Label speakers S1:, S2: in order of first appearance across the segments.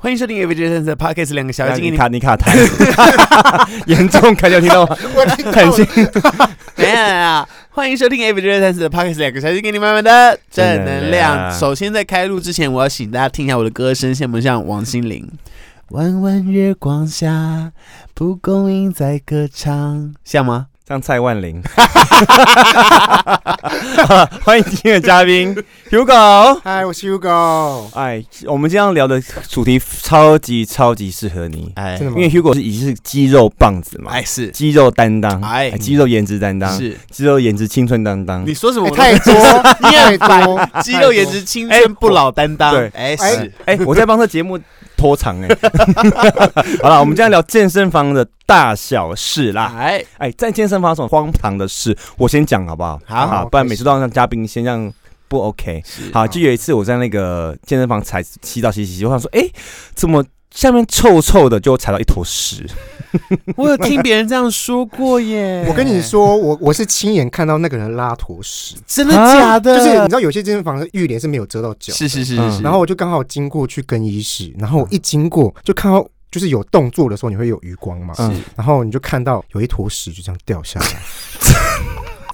S1: 欢迎收听 AVJ 先生 Podcast 两个小
S2: 那
S1: 时经
S2: 你
S1: 理。
S2: 卡你卡痰， 严重卡掉，听 到吗？
S3: 我听到
S2: 很
S3: 了
S2: 新，
S1: 没有啊，欢迎收听 AVJ 先生 Podcast 两个小时给你满满的正能
S2: 正能量
S1: 量。首先在开录之前，我要请大家听一下我的歌声像不像王心凌？弯弯月光下，蒲公英在歌唱，像 吗？
S2: 像蔡万林。欢迎今天的嘉宾 Hugo。
S3: 嗨，我是 Hugo。
S2: 哎，我们今天要聊的主题超级超级适合你，
S1: 哎
S3: 真的
S2: 因
S3: 吗
S2: 为 Hugo 是已经是肌肉棒子嘛，
S1: 哎是
S2: 肌肉担当，
S1: 哎
S2: 哎，肌肉颜值担当，嗯
S1: 是，
S2: 肌肉颜值青春担当
S1: 你。说什么
S3: 哎
S1: 我都？
S3: 太多，
S1: 你
S3: 太
S1: 很烦
S3: 多，
S1: 肌肉颜值青春不老担当
S2: 对。
S1: 哎
S3: 哎
S1: 是，
S2: 哎， 我在帮这节目拖长 哎。好了，我们今天聊健身房的大小事啦。
S1: 哎
S2: 哎，在健身房这种荒唐的事，我先讲好不好？
S1: 好
S2: 啊
S3: 好
S2: 不然每
S3: 开
S2: 次
S3: 始
S2: 都要让嘉宾先让不 OK。
S1: 是
S2: 好，就有一次我在那个健身房踩洗澡洗洗洗，我想说，哎、怎么下面臭臭的，就踩到一坨屎？
S1: 我有听别人这样说过 耶。
S3: 我跟你，说，我我是亲眼看到那个人拉坨屎，
S1: 真的
S2: 啊
S1: 假的？
S3: 就是你知道有些健身房的浴帘是没有遮到脚，
S1: 是是是
S2: 嗯
S1: 是，
S3: 然后我就刚好经过去更衣室，然后我一经过就看到。就是有动作的时候，你会有余光嘛？
S2: 嗯，
S3: 然后你就看到有一坨屎就这样掉下来。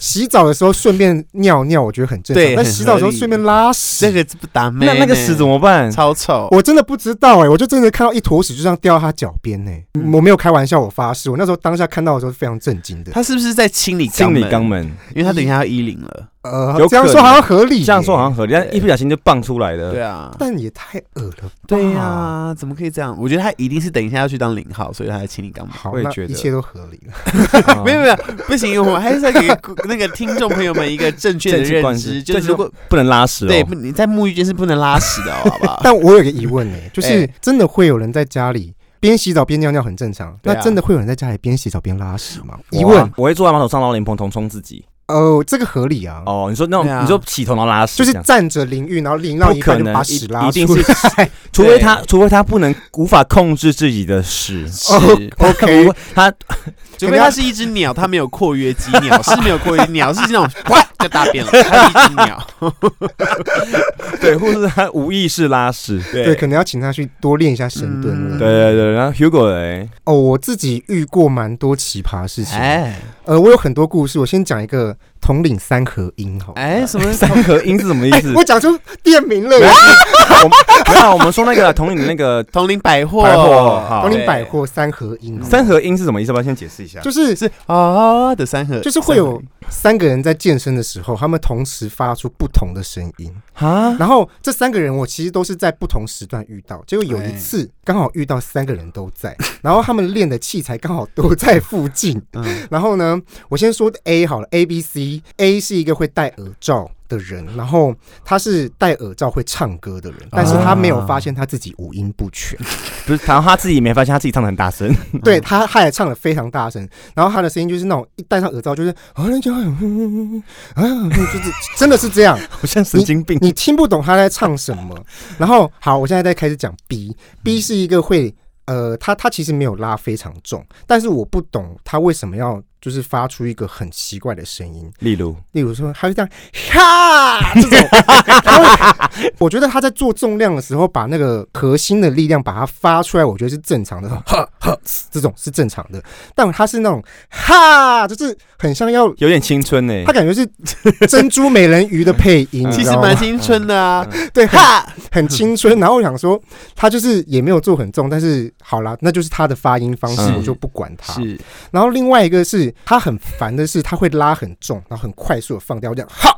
S3: 洗澡的时候顺便尿尿，我觉得很正
S1: 对
S3: 常。但洗澡的时
S1: 很
S3: 候
S1: 合理
S3: 顺便拉屎，
S1: 这个不打妹
S2: 那
S1: 呢，
S2: 那个屎怎么办？
S1: 超丑？
S3: 我真的不知道哎、我就真的看到一坨屎就这样掉到他脚边呢。我没有开玩笑，我发誓，我那时候当下看到的时候是非常震惊的。
S1: 他是不是在清理
S2: 清理肛
S1: 门？
S2: 门，
S1: 因为他等一下要衣领了。
S3: 呃
S2: 有，
S3: 这样
S2: 可
S3: 说
S2: 能
S3: 好像合理耶，
S2: 这样说好像合理，但一不小心就蹦出来了。
S1: 对啊，
S3: 但也太恶了吧。
S1: 对呀，怎么可以这样？我觉得他一定是等一下要去当零号，所以他在清理肛门。
S3: 好，
S2: 我也
S3: 那
S2: 觉得
S3: 一切都合理了。
S2: 啊
S1: 没有没有，不行，我们还是要给那个听众朋友们一个正确的
S2: 正确
S1: 认
S2: 观
S1: 知，
S2: 识
S1: 就是如果
S2: 不能拉屎哦。
S1: 对不，你在沐浴间是不能拉屎的哦，好不 好？
S3: 但我有个疑问呢、欸 就是
S1: 哎
S3: 真的会有人在家里边洗澡边尿尿很正常，
S1: 对啊
S3: 那真的会有人在家里边洗澡边拉屎吗？
S2: 我啊，
S3: 疑问，
S2: 我会坐在马桶上，然后脸盆桶冲自己。
S3: 哦，这个合理啊，
S2: 哦，你说那
S1: 对啊
S2: 种，你说洗头然后拉屎
S3: 就
S2: 这
S3: 是
S2: 样，
S3: 站着淋浴，然后淋到
S2: 不
S3: 一
S2: 可
S3: 半就
S2: 能
S3: 把，
S2: 一
S3: 屎拉
S2: 一定
S3: 出
S2: 是
S3: 来。
S2: 除非
S1: 对
S2: 他，除非他不能无法控制自己的屎，
S1: 是，
S3: 哦 OK，
S2: 他
S1: 除非它是一只鸟，它没有括约肌，鸟是没有括约肌，鸟是那种 哇就大便了，它是一只鸟。
S2: 对，或是他无意识拉屎，
S3: 对，可能要请他去多练一下深蹲
S1: 嗯
S3: 了。
S2: 对对对。然后 Hugo 嘞，
S3: 哦，我自己遇过蛮多奇葩事情。
S1: 哎
S3: 呃，我有很多故事，我先讲一个统领三合音好了。哎
S1: 哎，什么？
S2: 三合音是什么意思？
S3: 我讲出店名了，
S2: 没啊有，我们说那个同理的那 个
S1: 同林百货，
S2: 百货好
S3: 统领百货三合音，
S2: 三合音是什么意思？要不要先解释一下？
S3: 就是
S1: 是啊的三合，
S3: 就是会有三个人在健身的时候，他们同时发出不同的声音。
S2: 啊，
S3: 然后这三个人我其实都是在不同时段遇到，结果有
S1: 哎
S3: 一次刚好遇到三个人都在， 然后他们练的器材刚好都在附近。
S1: 三合，嗯
S3: 然后呢，我先说 A 好了，A B C，A 是一个会戴耳罩的人，然后他是戴耳罩会唱歌的人，但是他没有发现他自己五音不全，
S2: 不是，然后他自己没发现他自己唱的很大声，
S3: 对他他也唱的非常大声，然后他的声音就是那种一戴上耳罩就是 啊，人家啊， 就是真的是这样，
S2: 好像神经病。
S3: 你听不懂他在唱什么。然后好，我现在在开始讲 B，B 是一个会呃，他他其实没有拉非常重，但是我不懂他为什么要就是发出一个很奇怪的声音，
S2: 例如，
S3: 例如说他会这样哈这 种，他会，我觉得他在做重量的时候把那个核心的力量把它发出来，我觉得是正常的，哈哈这种是正常的，但他是那种哈，就是很像要。
S2: 有点青春呢
S3: 他。感觉是珍珠美人鱼的配音，
S1: 其
S3: 你知
S1: 实
S3: 道吗
S1: 蛮青春的啊，
S3: 对，很
S1: 哈，
S3: 很青春。然后我想说，他就是也没有做很重，但是好啦，那就是他的发音方式
S2: 是，
S3: 我就不管他。
S1: 是
S3: 然后另外一个是他很烦的是，他会拉很重，然后很快速的放掉，这样哈，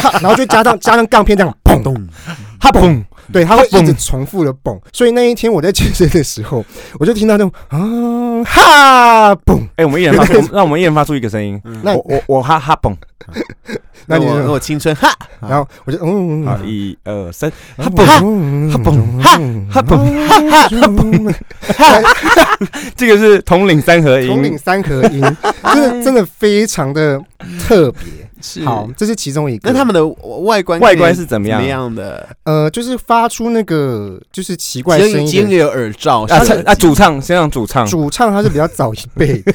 S3: 哈然后就加上加上杠片这样砰，
S1: 咚，
S2: 他砰，
S3: 对，他会
S2: 砰
S3: 一直重复的蹦。所以那一天我在健身的时候，我就听到那种啊哈蹦，
S2: 哎，我们一人 发出，让我们一人发出一个声音。
S1: 嗯
S3: 那
S2: 我我我哈哈砰，
S3: 那你
S1: 我
S3: 就
S1: 我青春哈，
S3: 然后我就嗯，
S2: 好，一二三，哈
S3: 蹦
S2: 砰，
S3: 哈
S2: 蹦
S3: 哈
S2: 哈蹦
S3: 哈哈蹦。
S2: 这个是统领三合音
S3: 统。领三合音，真的真的非常的特别。
S1: 是
S2: 嗯
S3: 好，这是其中一个。
S1: 那他们的外观
S2: 外观是怎么
S1: 怎
S2: 样
S1: 么？样的？
S3: 呃，就是发出那个就是奇怪
S1: 只
S3: 声
S1: 有
S3: 音
S1: 只
S3: 的。
S1: 有耳罩
S2: 啊，
S1: 是
S2: 唱啊，主唱先让主唱，
S3: 主唱他是比较早一辈 的，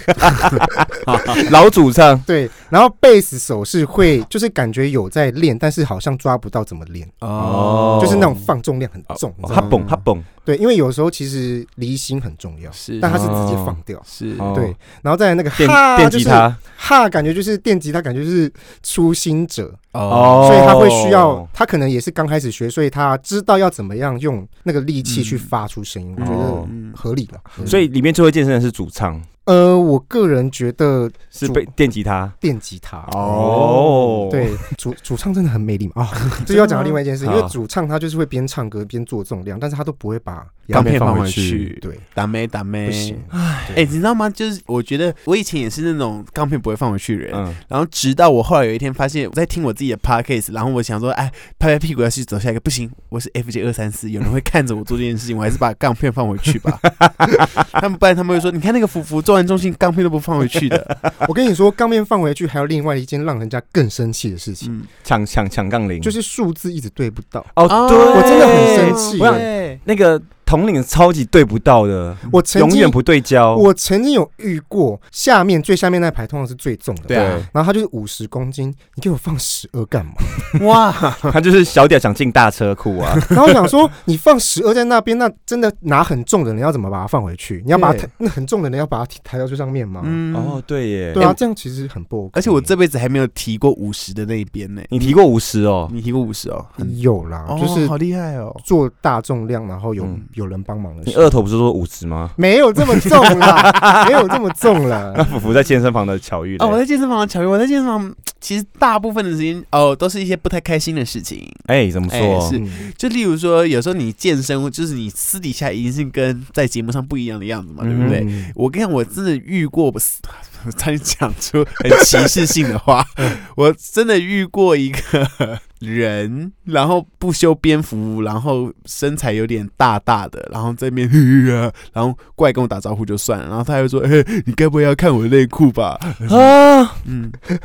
S2: 老主唱，
S3: 对，然后贝斯手是会就是感觉有在练，但是好像抓不到怎么练，
S2: 哦
S3: 就是那种放重量很重，你知道
S2: 他
S3: 吗
S2: 蹦他蹦，
S3: 对，因为有时候其实离心很重要，
S1: 是，
S3: 但他是哦直接放掉，
S1: 是
S2: 哦
S3: 对，然后再来那个
S2: 电
S3: 哈，
S2: 电
S3: 就
S2: 吉
S3: 是嗯
S2: 他，
S3: 哈，感觉就是电吉他，感觉就是初心者，
S1: 哦，
S2: 哦，
S3: 所以他会需要，他可能也是刚开始学，所以他知道要怎么样用那个力气去发出声音，我觉
S2: 嗯哦
S3: 得
S1: 嗯，
S3: 合理了。合理
S2: 所以里面最会健身的是主唱，
S3: 呃，我个人觉得
S2: 是
S3: 主
S2: 被电吉他。
S3: 电吉他
S2: 哦
S3: 对，主主唱真的很没礼 貌啊！这又要讲到另外一件事，因为
S2: 好
S3: 主唱他就是会边唱歌边做重量，但是他都不会把
S1: 钢片放
S2: 放
S1: 回去，
S3: 对，
S1: 打妹打
S2: 嗯
S1: 妹，
S3: 不行。
S1: 哎、你知道吗？就是我觉得我以前也是那种钢片不会放回去的人，
S2: 嗯，
S1: 然后直到我后来有一天发现我在听我自己的 podcast，然后我想说，哎，拍拍屁股要去走下一个，不行，我是 FJ 二三四，有人会看着我做这件事情，我还是把钢片放回去吧。 他们不然他们会说，你看那个福福做完重训钢片都不放回去 的，
S2: 啊
S3: 我跟你说，钢面放回去，还有另外一件让人家更生气的事情，
S1: 嗯，
S2: 抢抢抢杠铃，
S3: 就是数字一直对不到。
S2: 哦，对，
S3: 我真的很生气
S2: 我想
S1: 对
S2: 那个统领超级对不到的，
S3: 我曾
S2: 嗯永
S3: 经
S2: 远不对焦。
S3: 我曾经有遇过，下面最下面那排通常是最重的，
S1: 对啊，
S3: 然后他就是五十公斤，你给我放十二干嘛？
S1: 哇，
S2: 他就是小屌想进大车库啊，
S3: 然后我想说，你放十二在那边，那真的拿很重的人要怎么把它放回去？你要把它
S1: 对
S3: 抬，那很重的人要把它抬抬到最上面吗？
S1: 嗯，
S2: 哦，对耶，
S3: 对啊，
S2: 欸
S3: 这样其实很不 OK。
S1: 而且我这辈子还没有提过五十的那一边呢，
S2: 你提过五十哦，嗯
S1: 你提过五十哦，很
S3: 有啦，
S1: 哦
S3: 就是
S1: 好厉害哦，
S3: 做大重量，然后有
S2: 嗯
S3: 有人帮忙的
S2: 你
S3: 时候
S2: 二，头不是说五十 吗？
S3: 没有这么重 啦，没有这么重
S2: 那
S3: 啦。
S2: 福福在健身房的巧遇嘞
S1: 哦，我在健身房的巧遇，我在健身房其实大部分的时间哦，都是一些不太开心的事情。
S2: 哎，怎么
S1: 哎
S2: 说
S1: 是？
S3: 嗯
S1: 就例如说，有时候你健身，就是你私底下一定是跟在节目上不一样的样子嘛，对不对？
S3: 嗯
S1: 我跟你讲，我真的遇过，我差点讲出很歧视性的话，我真的遇过一个人，然后不修边幅，然后身材有点大大的，然后这边 然后过来跟我打招呼就算了，然后他又说：“哎、你该不会要看我的内裤吧？”
S2: 啊，
S1: 嗯，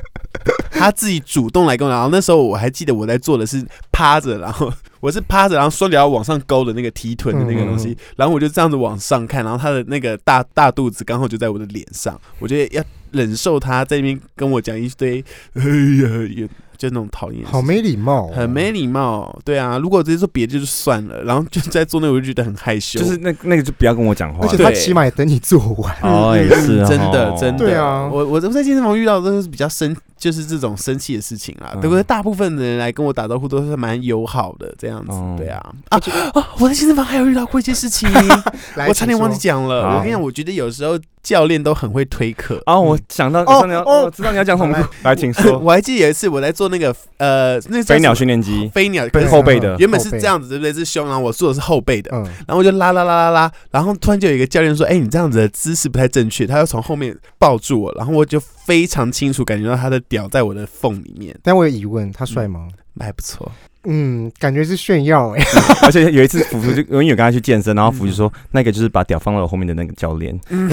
S1: 他自己主动来跟我，然后那时候我还记得我在做的是趴着，然后我是趴着，然后双脚往上勾的那个提臀的那个东西，
S3: 嗯
S1: 然后我就这样子往上看，然后他的那个大大肚子刚好就在我的脸上，我觉得要忍受他在那边跟我讲一堆，哎呀，也就那种讨厌的事情，
S3: 好没礼貌哦，
S1: 很没礼貌，对啊，如果直接说别的就算了，然后就在做那个我就觉得很害羞，
S2: 就是那那个就不要跟我讲话
S3: 而。且他
S1: 对
S3: 起码也等你做完。
S2: 哦，
S1: 嗯
S2: 也
S1: 嗯
S2: 是哦，
S1: 真的真的。
S3: 对啊
S1: 我我在健身房遇到的都是比较生，就是这种生气的事情啦。
S2: 嗯
S1: 对不对？大部分的人来跟我打招呼都是蛮友好的这样子
S2: 哦。
S1: 对啊，啊啊！我在健身房还有遇到过一件事情，
S3: 来
S1: 我差点忘记。讲了。
S2: 好
S1: 我跟你讲，我觉得有时候教练都很会推课。
S2: 啊，我想到，
S3: 哦
S2: 我知道你要，
S3: 哦
S2: 我知道你要讲什么，来，请 说。
S1: 我还记得有一次我在做那个呃，那叫
S2: 飞鸟
S1: 什
S2: 训练机
S1: 么，飞鸟
S3: 请说
S2: 后背的
S1: 原本是这，
S3: 啊后
S1: 样子，对不对？是胸，然后我做的是后背的
S3: 背，嗯，
S1: 然后我就拉拉拉拉拉，然后突然就有一个教练说：“哎、你这样子的姿势不太正确。”他就从后面抱住我，然后我就非常清楚感觉到他的屌在我的缝里面，
S3: 但我有疑问，他帅吗？
S1: 还不错。
S3: 嗯，感觉是炫耀哎。
S2: 而且有一次福福就因为有跟他去健身，然后福就说那个就是把屌放到我后面的那个教练，
S1: 嗯，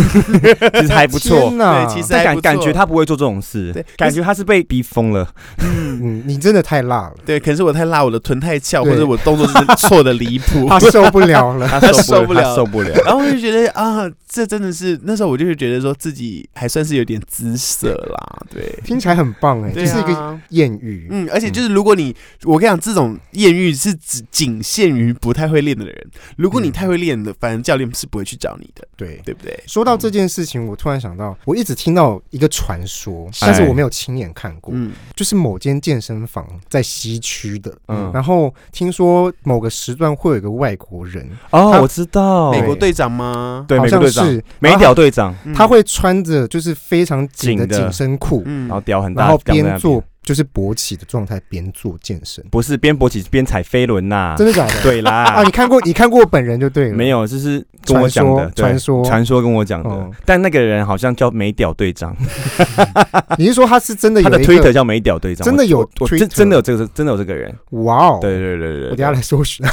S2: 其实还不错
S3: 天。哪
S1: 对，其实
S2: 但感
S1: 还不错
S2: 感觉他不会做这种事，
S1: 对
S2: 感觉他是被逼疯了。
S1: 嗯
S3: 嗯，你真的太辣 了，
S1: 对，可能是我太辣，我的臀太翘，或
S3: 对
S1: 者我动作是错的离 谱。
S3: 他受不了 了。
S2: 他
S1: 受不了
S2: 他受不了。
S1: 然后我就觉得啊，这真的是那时候我就是觉得说自己还算是有点姿色啦，对，
S3: 听起来很棒哎，
S1: 对
S3: 这
S1: 啊
S3: 是一个艳遇。
S1: 嗯，而且就是如果你，我跟你讲，这种艳遇是只仅限于不太会练的人。如果你
S3: 嗯
S1: 太会练的，反正教练是不会去找你的，
S3: 对，
S1: 对不对？
S3: 说到这件事情，我突然想到，我一直听到一个传说，
S1: 是
S3: 但是我没有亲眼看过，
S1: 嗯，
S3: 就是某间健身房在西区的，
S2: 嗯
S3: 然后听说某个时段会有一个外国人，
S2: 哦，
S3: 他
S2: 我知道，
S1: 美国队长吗？
S2: 对
S3: 好
S2: 美国
S3: 像
S2: 队长，
S3: 是
S2: 美屌队长，
S1: 嗯
S3: 他，会穿着就是非常紧的
S2: 紧的
S3: 紧身裤，
S1: 嗯
S2: 然后屌很大，
S3: 然后
S2: 屌在那
S3: 边
S2: 边
S3: 做就是勃起的状态边做健身，
S2: 不是边勃起边踩飞轮呐，
S3: 真的假的？
S2: 啊 对 啦
S3: 啊，，你看过你看过我本人就对了，
S2: 没
S3: 有
S2: 有，就是跟我讲的
S3: 传
S2: 对
S3: 说传说
S2: 传说跟我讲的
S3: 哦，
S2: 但那个人好像叫美屌队长，
S3: 你是说他是真的
S2: 他
S3: 有
S2: 的
S3: 一
S2: Twitter
S3: 个
S2: 叫美屌队长，
S3: 真的有
S2: 我真
S3: Twitter
S2: 真的有这个真的有这个人，
S3: 哇哦，
S2: 对对对
S3: 我
S2: 对
S3: 等一下
S2: 对，
S3: 来搜寻。啊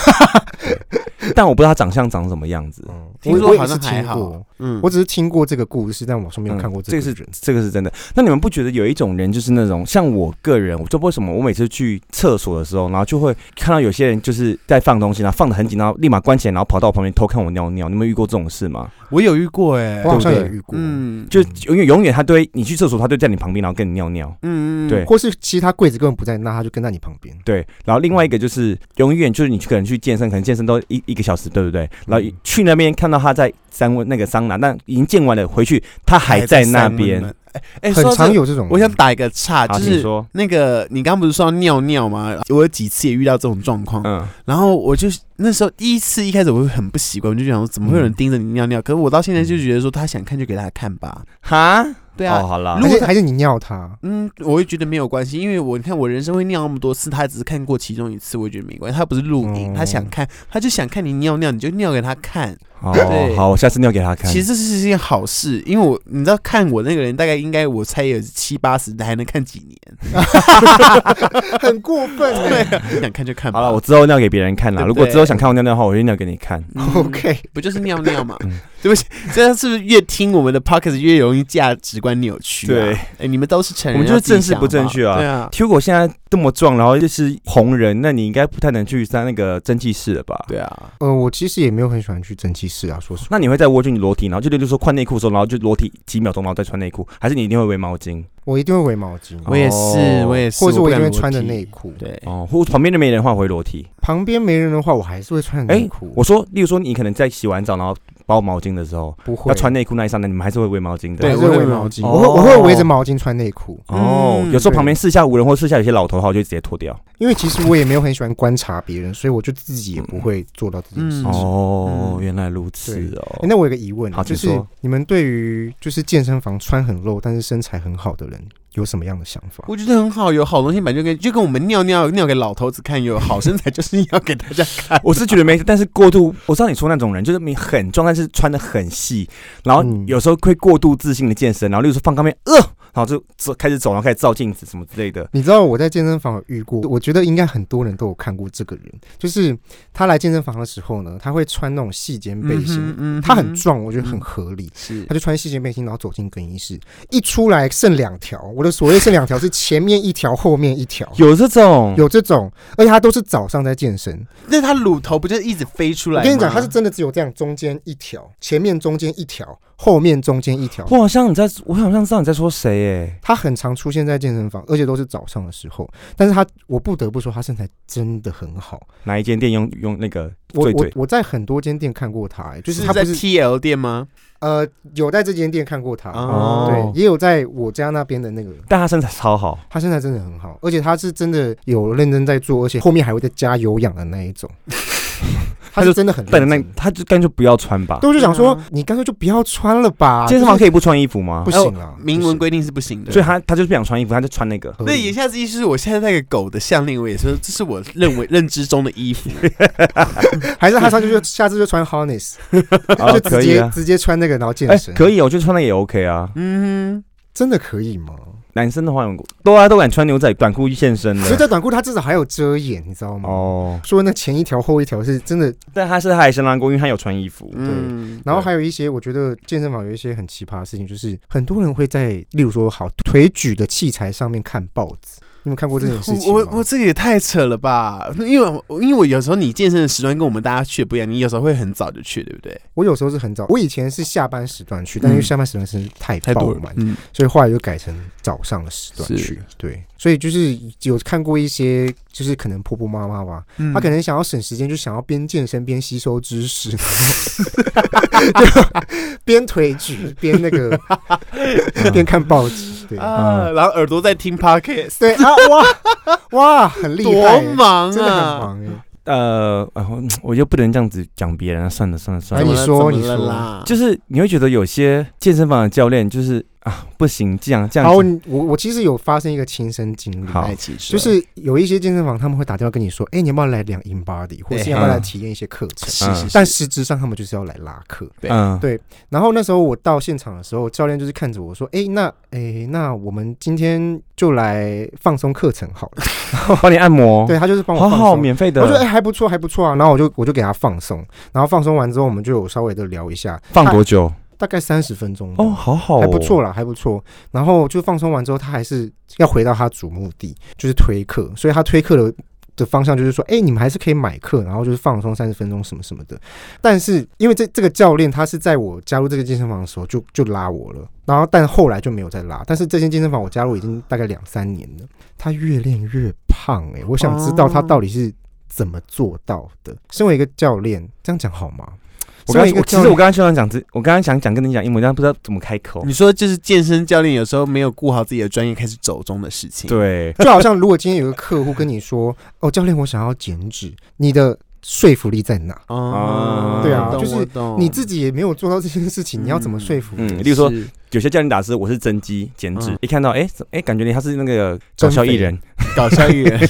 S2: 但我不知道他长相长什么样子，
S3: 嗯
S1: 听
S3: 我
S1: 说
S3: 我
S1: 好
S3: 也是
S1: 像还
S3: 听
S1: 好，
S3: 过，
S1: 嗯，
S3: 我只是听过这个故事，但我说没有看过
S2: 嗯这个
S3: 个
S2: 是
S3: 人。
S2: 这个是真的。那你们不觉得有一种人就是那种像我个人，我就不知道为什么我每次去厕所的时候，然后就会看到有些人就是在放东西，然后放的很紧，然后立马关起来，然后跑到我旁边偷看我尿尿。你们有遇过这种事吗？
S1: 我有遇过哎、
S3: 我好像
S2: 对不
S3: 也
S2: 对
S3: 遇过，
S1: 嗯，
S2: 就永远永远他都会，你去厕所，他就在你旁边，然后跟你尿尿。
S1: 嗯嗯，嗯
S2: 对
S3: 或是其实他柜子根本不在那，他就跟在你旁边。
S2: 对，然后另外一个就是永远就是你可能去健身，可能健身都一一个小时，对不对？然后一去那边看到他在三温那个桑拿，但已经健完了，回去他还在那边。。
S1: 哎哎，说
S3: 很
S1: 到这
S3: 常
S1: 个
S3: 有这种。
S1: 我想打一个岔，
S2: 好，
S1: 啊就
S2: 请
S1: 是
S2: 啊说，
S1: 那个你刚刚不是说到尿尿吗？我有几次也遇到这种状况，
S2: 嗯，
S1: 然后我就那时候第一次一开始我会很不习惯，我就想说怎么会有人盯着你尿尿？可是我到现在就觉得说他想看就给他看吧，
S2: 哈，
S1: 对啊
S2: 哦，。好啦
S1: 如，
S3: 还
S1: 果
S3: 是
S1: 他
S3: 还是你尿他，
S1: 嗯，我会觉得没有关系，因为我你看我人生会尿那么多次，他只是看过其中一次，我觉得没关系。他不是录影，
S3: 哦
S1: 他想看，他就想看你尿尿，你就尿给他看。
S2: 哦
S1: 对，
S2: 好，我下次尿给他看。
S1: 其实这是件好事，因为我你知道看我那个人大概应该我猜有七八十，还能看几年？
S3: 很过分
S1: 对、啊，你想看就看吧。
S2: 好了，我之后尿给别人看啦。
S1: 对不对
S2: 如果之后想看我尿尿的话，我就尿给你看。
S1: 嗯
S3: OK，
S1: 不就是尿尿嘛
S2: 嗯？
S1: 对不起，这样是不是越听我们的 podcast 越容易价值观扭曲、啊？
S2: 对
S1: 哎、你们都是成人，
S2: 我们就是
S1: 要自己想
S2: 正视不正确啊
S1: 好不好对啊，
S2: Q 果现在这么壮，然后就是红人，那你应该不太能去上那个蒸汽室了吧？
S1: 对啊，
S3: 呃，我其实也没有很喜欢去蒸汽室啊，说实话。
S2: 那你会在蜗居你裸体，然后就例如说换内裤的时候，然后就裸体几秒钟，然后再穿内裤，还是你一定会围毛巾？
S3: 我一定会围毛巾，啊
S2: 哦
S1: 我也是，我也是，
S3: 或者是
S1: 我不
S3: 我一
S1: 敢
S3: 定会
S1: 裸
S3: 穿着
S1: 体
S3: 内。裤。
S1: 对，
S2: 哦，或旁边的没人的话，我会裸体。
S3: 旁边没人的话，我还是会穿着内裤。
S2: 我说，例如说你可能在洗完澡，然后包毛巾的时候，
S3: 不会
S2: 要穿内裤那一刹那，你们还是会围毛巾的。
S1: 对
S3: 还
S1: 我
S3: 是会
S1: 会
S3: 围
S1: 围
S3: 毛
S1: 毛
S3: 巾。
S2: 巾
S3: 我会
S2: 哦
S3: 我会围着毛巾穿内裤，
S2: 哦，
S1: 嗯
S2: 有时候
S3: 对
S2: 旁边四下无人或四下有些老头的话，我就直接脱掉。
S3: 因为其实我也没有很喜欢观察别人，所以我就自己也不会做到这件事
S1: 嗯
S3: 情。诶
S2: 哦，
S1: 嗯
S2: 原来如此哦。
S3: 那我有个疑问
S2: 好，
S3: 就
S2: 请
S3: 是
S2: 说。
S3: 你们对于就是健身房穿很露但是身材很好的人有什么样的想法？
S1: 我觉得很好，有好东西买就跟就跟我们尿尿尿给老头子看，有好身材就是要给大家看
S2: 我是觉得没，但是过度，我知道你说那种人，就是你很壮，但是穿的很细，然后
S3: 嗯
S2: 有时候会过度自信的健身，然后例如说放钢片，呃，然后就走开始走，然后开始照镜子什么之类的。
S3: 你知道我在健身房有遇过，我觉得应该很多人都有看过这个人，就是他来健身房的时候呢，他会穿那种细肩背心，
S1: 嗯哼嗯哼嗯
S3: 他很壮，我觉得很合理。
S1: 是
S3: 他就穿细肩背心，然后走进更衣室，一出来剩两条。我的所谓剩两条是前面一条，后面一条。
S2: 有这种，
S3: 有这种，而且他都是早上在健身。
S1: 那他乳头不就一直飞出来
S3: 我
S1: 吗？
S3: 跟你讲，他是真的只有这样，中间一条，前面中间一条，后面中间一条。
S2: 我好像你在，我好像知道你在说谁哎。
S3: 他很常出现在健身房，而且都是早上的时候。但是他，我不得不说，他身材真的很好。
S2: 哪一间店用用那个
S3: 我
S2: 对
S3: 我
S2: 对
S3: 我在很多间店看过他、欸就是
S1: 是
S3: 他不
S1: 在
S3: 是
S1: TL 店吗？
S3: 呃有在这间店看过他，
S1: 哦
S3: 对，也有在我家那边的那个，
S2: 但他身材超好，
S3: 他身材真的很好，而且他是真的有认真在做，而且后面还会再加有氧的那一种，他是真的很
S2: 但
S3: 认
S2: 那
S3: 真。
S2: 他就干脆不要穿吧。
S3: 对，我就想说
S1: 对啊，
S3: 你干脆就不要穿了吧，
S2: 健身房
S3: 就是
S2: 可以不穿衣服吗
S3: 不？行啊，
S1: 哦明文规定是不行的。
S2: 所以他他就是不想穿衣服，他就穿那个。
S1: 对，一
S3: 也
S1: 下子意思是我现在那个狗的项链，我也说这是我认为认知中的衣服。
S3: 还是他上去就下次就穿 harness，
S2: 啊
S3: 就，
S2: 可
S3: 直
S2: 以
S3: 接
S2: 啊。
S3: 直接穿那个然后健
S2: 哎，
S3: 身，
S2: 可以哦，我觉得穿那个也 OK 啊。
S1: 嗯，
S3: 真的可以吗？
S2: 男生的话，都啊都敢穿牛仔短裤去健身
S3: 所以
S2: 的。
S3: 在短裤它至少还有遮掩，你知道吗？
S2: 哦，
S3: 说那前一条后一条是真的
S2: 但他是他还是拉过，因为他有穿衣服。
S1: 嗯，
S3: 然后还有一些，我觉得健身房有一些很奇葩的事情，就是很多人会在，例如说好腿举的器材上面看报纸，你有看过这 种事情
S1: 我
S3: 吗
S1: 我这个也太扯了吧！因为我因为我有时候你健身的时段跟我们大家去的不一样，你有时候会很早就去，对不对？
S3: 我有时候是很早，我以前是下班时段去，
S2: 嗯
S3: 但因为下班时段真是太爆满，
S1: 嗯，
S3: 所以后来就改成早上的时段
S1: 是
S3: 去。对，所以就是有看过一些，就是可能婆婆妈妈吧，
S1: 嗯
S3: 她可能想要省时间，就想要边健身边吸收知识， 然后就边腿举边那个 边看报纸，对。
S1: 啊，然后耳朵在听 podcast，
S3: 对啊，哇 哇，很 厉害
S1: 多
S3: 欸，
S1: 忙
S3: 真的很
S1: 啊！
S3: 忙哎。
S2: 呃，啊我我就不能这样子讲别人，算了算了算
S3: 哎
S2: 了
S3: 你。
S1: 怎么了
S3: 说
S1: 怎么
S3: 你
S1: 了
S3: 说
S1: 啦
S2: 就是你会觉得有些健身房的教练，就是啊，不行，这样这样
S3: 然后
S2: 子，
S3: 我我其实有发生一个亲身经历，
S2: 好
S1: 爱骑车
S3: 就是有一些健身房他们会打电话跟你说，哎、你要不要来量 in body，或
S1: 对
S3: 是你要不要来
S2: 嗯
S3: 体验一些课程？
S1: 是
S2: 嗯
S1: 是是，
S3: 但实质上他们就是要来拉客。
S1: 对
S2: 嗯，
S3: 对然后那时候我到现场的时候，教练就是看着我说：“哎、那哎、那我们今天就来放松课程好了。
S2: 帮你按摩，
S3: 对，他就是帮我
S2: 哦好
S3: 放松。
S2: 好，免费
S3: 我觉得哎、
S2: 的，
S3: 还不错，还不错啊。然后我就我就给他放松，然后放松完之后，我们就有稍微的聊一下，
S2: 放多久？
S3: 大概三十分钟吧
S2: 哦，好好，
S3: 哎还不错，啦，还不错。然后就放松完之后，他还是要回到他主目的，就是推课。所以他推课的的方向就是说，哎、你们还是可以买课，然后就是放松三十分钟什么什么的。但是因为这这个教练他是在我加入这个健身房的时候就就拉我了，然后但后来就没有再拉。但是这间健身房我加入已经大概两三年了，他越练越胖、哎，我想知道他到底是怎么做到的。身为一个教练，这样讲好吗？
S2: 我
S3: 身
S2: 刚
S3: 为一个
S2: 我其实
S3: 教
S2: 我
S3: 练，
S2: 刚刚就想讲，只我刚刚想讲跟你讲一模一样，不知道怎么开口。
S1: 你说就是健身教练有时候没有顾好自己的专业，开始走中的事情。，
S2: 对，
S3: 就好像如果今天有个客户跟你说：“哦，教练，我想要减脂。”你的说服力在哪？
S1: 哦，
S2: 对
S3: 啊
S1: 我懂
S3: 就是
S1: 我懂
S3: 你自己也没有做到这件事情，
S1: 嗯
S3: 你要怎么说服？
S2: 嗯，例如说
S1: 是
S2: 有些教练打字，我是增肌减脂
S1: 嗯，
S2: 一看到哎怎哎，感觉你他是那个搞
S3: 增
S2: 笑艺
S3: 肥
S2: 人，
S1: 搞笑艺 人，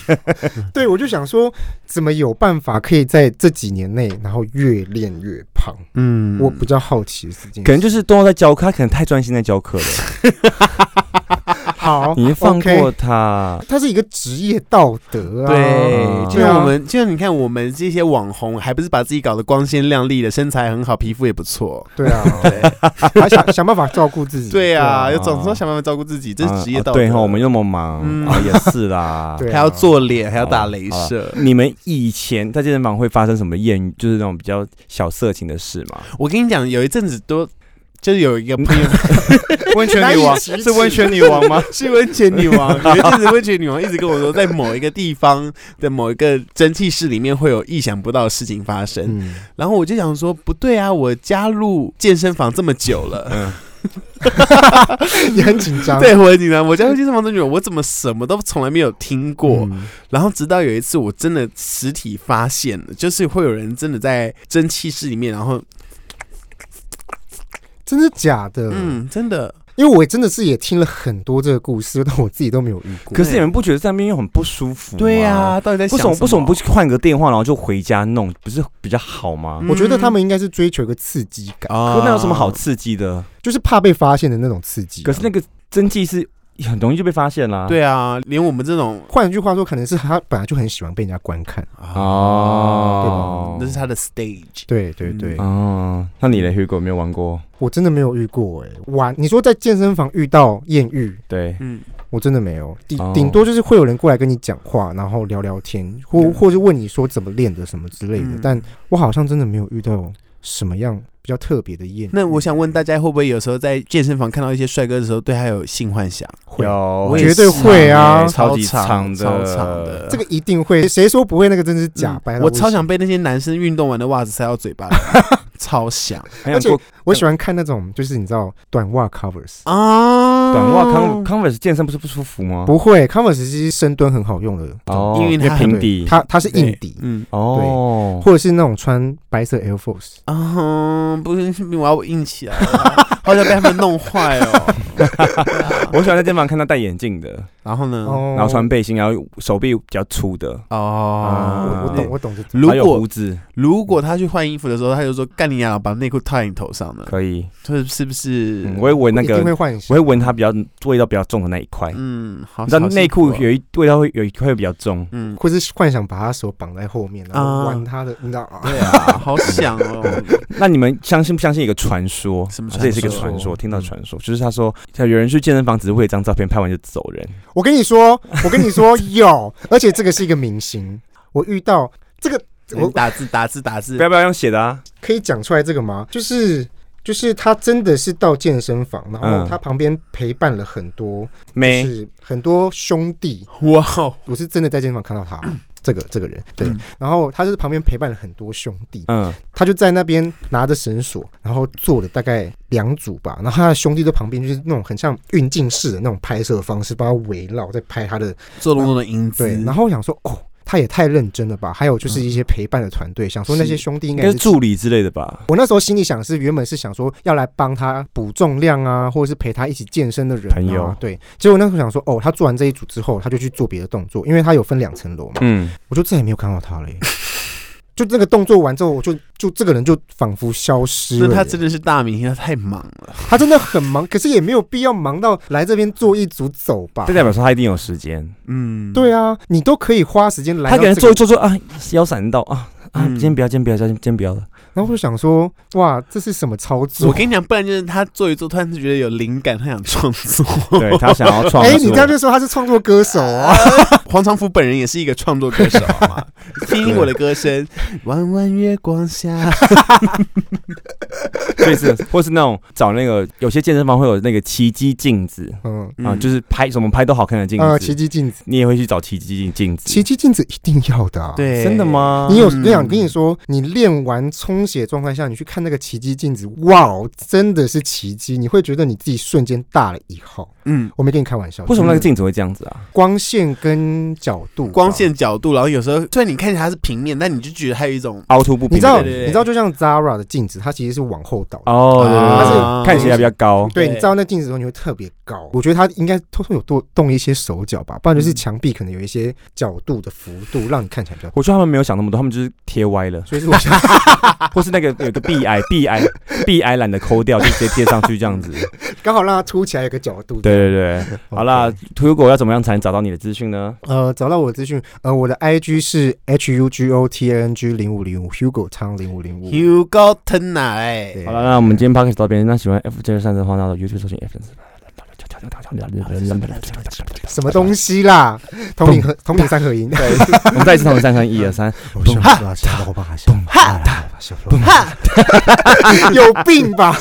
S3: 对，我就想说，怎么有办法可以在这几年内，然后越练越胖？
S1: 嗯
S3: 我比较好奇的事情，
S2: 可能就是都在教课，他可能太专心在教课了，
S3: 好，
S2: 你放
S3: 哦 OK
S2: 过他。
S3: 它是一个职业道德啊。
S2: 哦
S1: 对，就
S3: 对啊
S1: 像我们，就像你看我们这些网红，还不是把自己搞得光鲜亮丽的，身材很好，皮肤也不错。
S3: 对 啊，还想想办法照顾自己。
S1: 对啊，
S2: 对
S1: 要
S2: 啊
S1: 总是要想办法照顾自己，这是职业道
S2: 啊
S1: 德。
S2: 对哈，我们那哦么忙
S1: 嗯
S2: 啊，也 是啦。
S3: 对啊
S1: 还要做脸，还要打
S2: 好
S1: 镭
S2: 好
S1: 射。
S2: 你们以前在健身房会发生什么艳遇，就是那种比较小色情的事吗？
S1: 我跟你讲，有一阵子都就是有一个 朋友
S2: 温
S3: 泉 女王难以启齿是温
S2: 泉女王吗？
S1: 是温泉女王， 有一阵子温泉女王一直跟我说，在某一个地方的某一个蒸汽室里面会有意想不到的事情发生。
S3: 嗯，
S1: 然后我就想说，不对啊，我加入健身房这么久了，
S2: 嗯，
S3: 也很紧张。
S1: 对我很紧张。我加入健身房这么久，我怎么什么都从来没有听过？
S3: 嗯
S1: 然后直到有一次，我真的实体发现了，就是会有人真的在蒸汽室里面，然后
S3: 真的假的？
S1: 嗯，真的
S3: 因为我真的是也听了很多这个故事，但我自己都没有遇过。
S2: 可是你们不觉得在那边又很不舒服吗？
S1: 对啊，到底在
S2: 为
S1: 想
S2: 什么为什么不
S1: 么
S2: 去换个电话，然后就回家弄，不是比较好吗？
S1: 嗯
S3: 我觉得他们应该是追求一个刺激感，
S1: 啊
S2: 可那有什么好刺激的？
S1: 嗯
S3: 就是怕被发现的那种刺激啊。
S2: 可是那个真迹是很容易就被发现啦。
S1: 对啊，连我们这种
S3: 换句话说，可能是他本来就很喜欢被人家观看。啊
S1: 啊
S2: 啊哦
S1: 那是他的 stage。
S3: 对对对，
S1: 嗯
S2: 哦，那你嘞，Hugo 没有玩过？
S3: 我真的没有遇过哎、玩你说在健身房遇到艳遇，
S2: 对，
S1: 嗯，
S3: 我真的没有，顶
S2: 哦
S3: 顶多就是会有人过来跟你讲话，然后聊聊天，或
S1: 嗯
S3: 或是问你说怎么练的什么之类的。
S1: 嗯
S3: 但我好像真的没有遇到什么样比较特别的艳遇。
S1: 那我想问大家，会不会有时候在健身房看到一些帅哥的时候，对他有性幻想？
S3: 会
S2: 有
S1: 我也
S3: 绝对会啊
S1: 是
S2: 哦超级
S1: 长
S2: 长的嗯
S1: 超长的。
S3: 这个一定会，谁说不会？那个真是假
S1: 嗯
S3: 白、
S1: 我超想，被那些男生运动完的袜子塞到嘴巴 里，超想
S2: 还想过
S3: 我喜欢看那种就是你知道短袜 covers。
S1: 啊！
S2: 短袜 Con-，Converse 健身不是不舒服吗？
S3: 不会，Converse 其实深蹲很好用的，
S2: 哦，
S1: 因为它
S2: 平
S3: 对
S2: 底，
S3: 它它是硬底，
S1: 嗯
S2: 哦，
S3: 或者是那种穿白色 Air Force，
S1: 啊，不是，我要硬起来了，好想被他们弄坏哦。
S2: 我喜欢在健身房看他戴眼镜的，
S1: 然后呢？
S3: 哦
S2: 嗯然后穿背心，然后手臂比较粗的，
S1: 哦
S3: 我我
S2: 啊
S3: 懂，我懂这种。
S1: 如
S2: 还有
S1: 果
S2: 胡子，
S1: 如果他去换衣服的时候，他就说：“干你娘，把内裤套在你头上了。
S2: 可以。”
S1: 这是不是？
S2: 嗯我会闻那
S3: 一定会
S2: 个，
S3: 幻
S2: 我
S3: 想
S2: 会。闻它比较味道比较重的那一块。
S1: 嗯，好，
S2: 你知道
S1: 好幸
S2: 内裤
S1: 福哦
S2: 有一味道会有一块会比较重，
S1: 嗯，
S3: 或是幻想把他手绑在后面，然
S1: 啊
S3: 后玩他的，你知道啊？
S1: 对啊，好想哦。
S2: 那你们相信不相信一个传说？
S1: 什么
S2: 啊
S1: 传
S2: 这也是一个
S1: 说
S2: 传说，听到传说就是他说，像有人去健身房只是为了一张照片，拍完就走人。
S3: 我跟你说，我跟 你说有，而且这个是一个明星，我遇到这个，
S1: 我
S3: 我
S1: 嗯打字打字打字
S2: 不，要不要用写的啊？
S3: 可以讲出来这个吗？就是就是他真的是到健身房，然后
S2: 嗯
S3: 他旁边陪伴了很多，就
S2: 没，
S3: 是很多兄弟，
S1: 哇哦，
S3: 我是真的在健身房看 到他。这个这个人对，然后他就是旁边陪伴了很多兄弟，
S2: 嗯，
S3: 他就在那边拿着绳索，然后做了大概两组吧，然后他的兄弟在旁边就是那种很像运镜式的那种拍摄方式，帮他围绕在拍他的
S1: 做动作的英姿
S3: 对，，然后我想说哦。他也太认真了吧？还有就是一些陪伴的团队，想说那些
S2: 是
S3: 兄弟
S2: 嗯
S3: 应
S2: 应
S3: 该
S2: 该
S3: 也
S2: 是助理之类的吧？
S3: 我那时候心里想是，原本是想说要来帮他补重量啊，或者是陪他一起健身的人、啊、
S2: 朋友
S3: 对。结果那时候想说，哦，他做完这一组之后，他就去做别的动作，因为他有分两层楼嘛，
S2: 嗯，
S3: 我就再也没有看到他了耶。 就这个动作完之后，我就就这个人就仿佛消失
S1: 那
S3: 了。
S1: 他真的是大明星，他太忙了。
S3: 他真的很忙，可是也没有必要忙到来这边做一组走吧
S2: 这。代表说他一定有时间，
S1: 嗯，
S3: 对啊，你都可以花时间来
S2: 他
S3: 到
S2: 可能
S3: 这
S2: 做一做
S3: 个，
S2: 做啊，腰闪到啊啊，
S1: 嗯
S2: 今天不要，今天不要，今天今天不要了。
S3: 然后我就想说，哇，这是什么操
S1: 我
S3: 作？
S1: 跟你讲，不然就是他做一做，突然觉得有灵感，他想创作。
S2: 对 他想要创
S3: 哎、
S2: 作，
S3: 你这样就说他是创作歌手啊？
S1: 黄长福本人也是一个创作歌手啊好 吗？听听我的歌声，弯弯月光下，
S2: 对是，或是那种找那个有些健身房会有那个奇迹镜子
S3: 嗯，
S2: 啊，就是是拍什么拍都好看的镜
S3: 啊，
S2: 子嗯
S3: 奇，迹镜子，
S2: 你也会去找奇迹镜
S3: 奇
S2: 子。
S3: 迹镜子一定要的、啊。
S1: 对，
S2: 真的？吗？
S3: 你有
S1: 嗯
S3: 对啊？我跟你说，你练完充血状态下，你去看那个奇迹镜子，哇，哦，真的是奇迹！你会觉得你自己瞬间大了一号。
S1: 嗯，
S3: 我没跟你开玩笑，
S2: 为什么那个镜子会这样子啊？
S3: 光线跟角
S2: 嗯
S3: 度吧，
S1: 光线角度，然后有时候虽然你看起来它是平面，但你就觉得它有一种
S2: 凹凸不
S3: 你
S2: 平
S3: 知道，
S2: 的感觉。
S1: 对对对
S3: 你知道，就像 Zara 的镜子，它其实是往后倒的。
S2: 哦，对
S1: 啊
S2: 对对
S1: 它
S2: 对，
S1: 是
S2: 看起来比较高。
S3: 对，
S1: 对
S3: 你照那镜子的时候，你会特别高。我觉得他应该偷偷有多动一些手脚吧，不然就是墙壁可能有一些角度的幅度，让你看起来比较 高。
S2: 我觉得他们没有想那么多，他们就是贴歪了，
S3: 所以是我想，
S2: 或是那个有个 B I B I B I 懒得抠掉，就直接贴上去这样子。
S3: 刚好让它凸起来有个角度。
S2: 对对对，好啦
S3: OK，，
S2: 土狗要怎么样才能找到你的资讯呢？
S3: 呃，找到我的资讯，呃，我的 IG 是 H U G O T A N G 零五零五 Hugo 汤零五零五。
S1: You go tonight。
S3: 对
S2: 好了，那我们今天 podcast 到这边。那喜欢 F 这三的话，那到 YouTube 搜寻 F
S3: 什么东西啦？同频和同频三合音。对，
S2: 我们再一次同时三三一二三，
S3: 哎 哈，有病吧？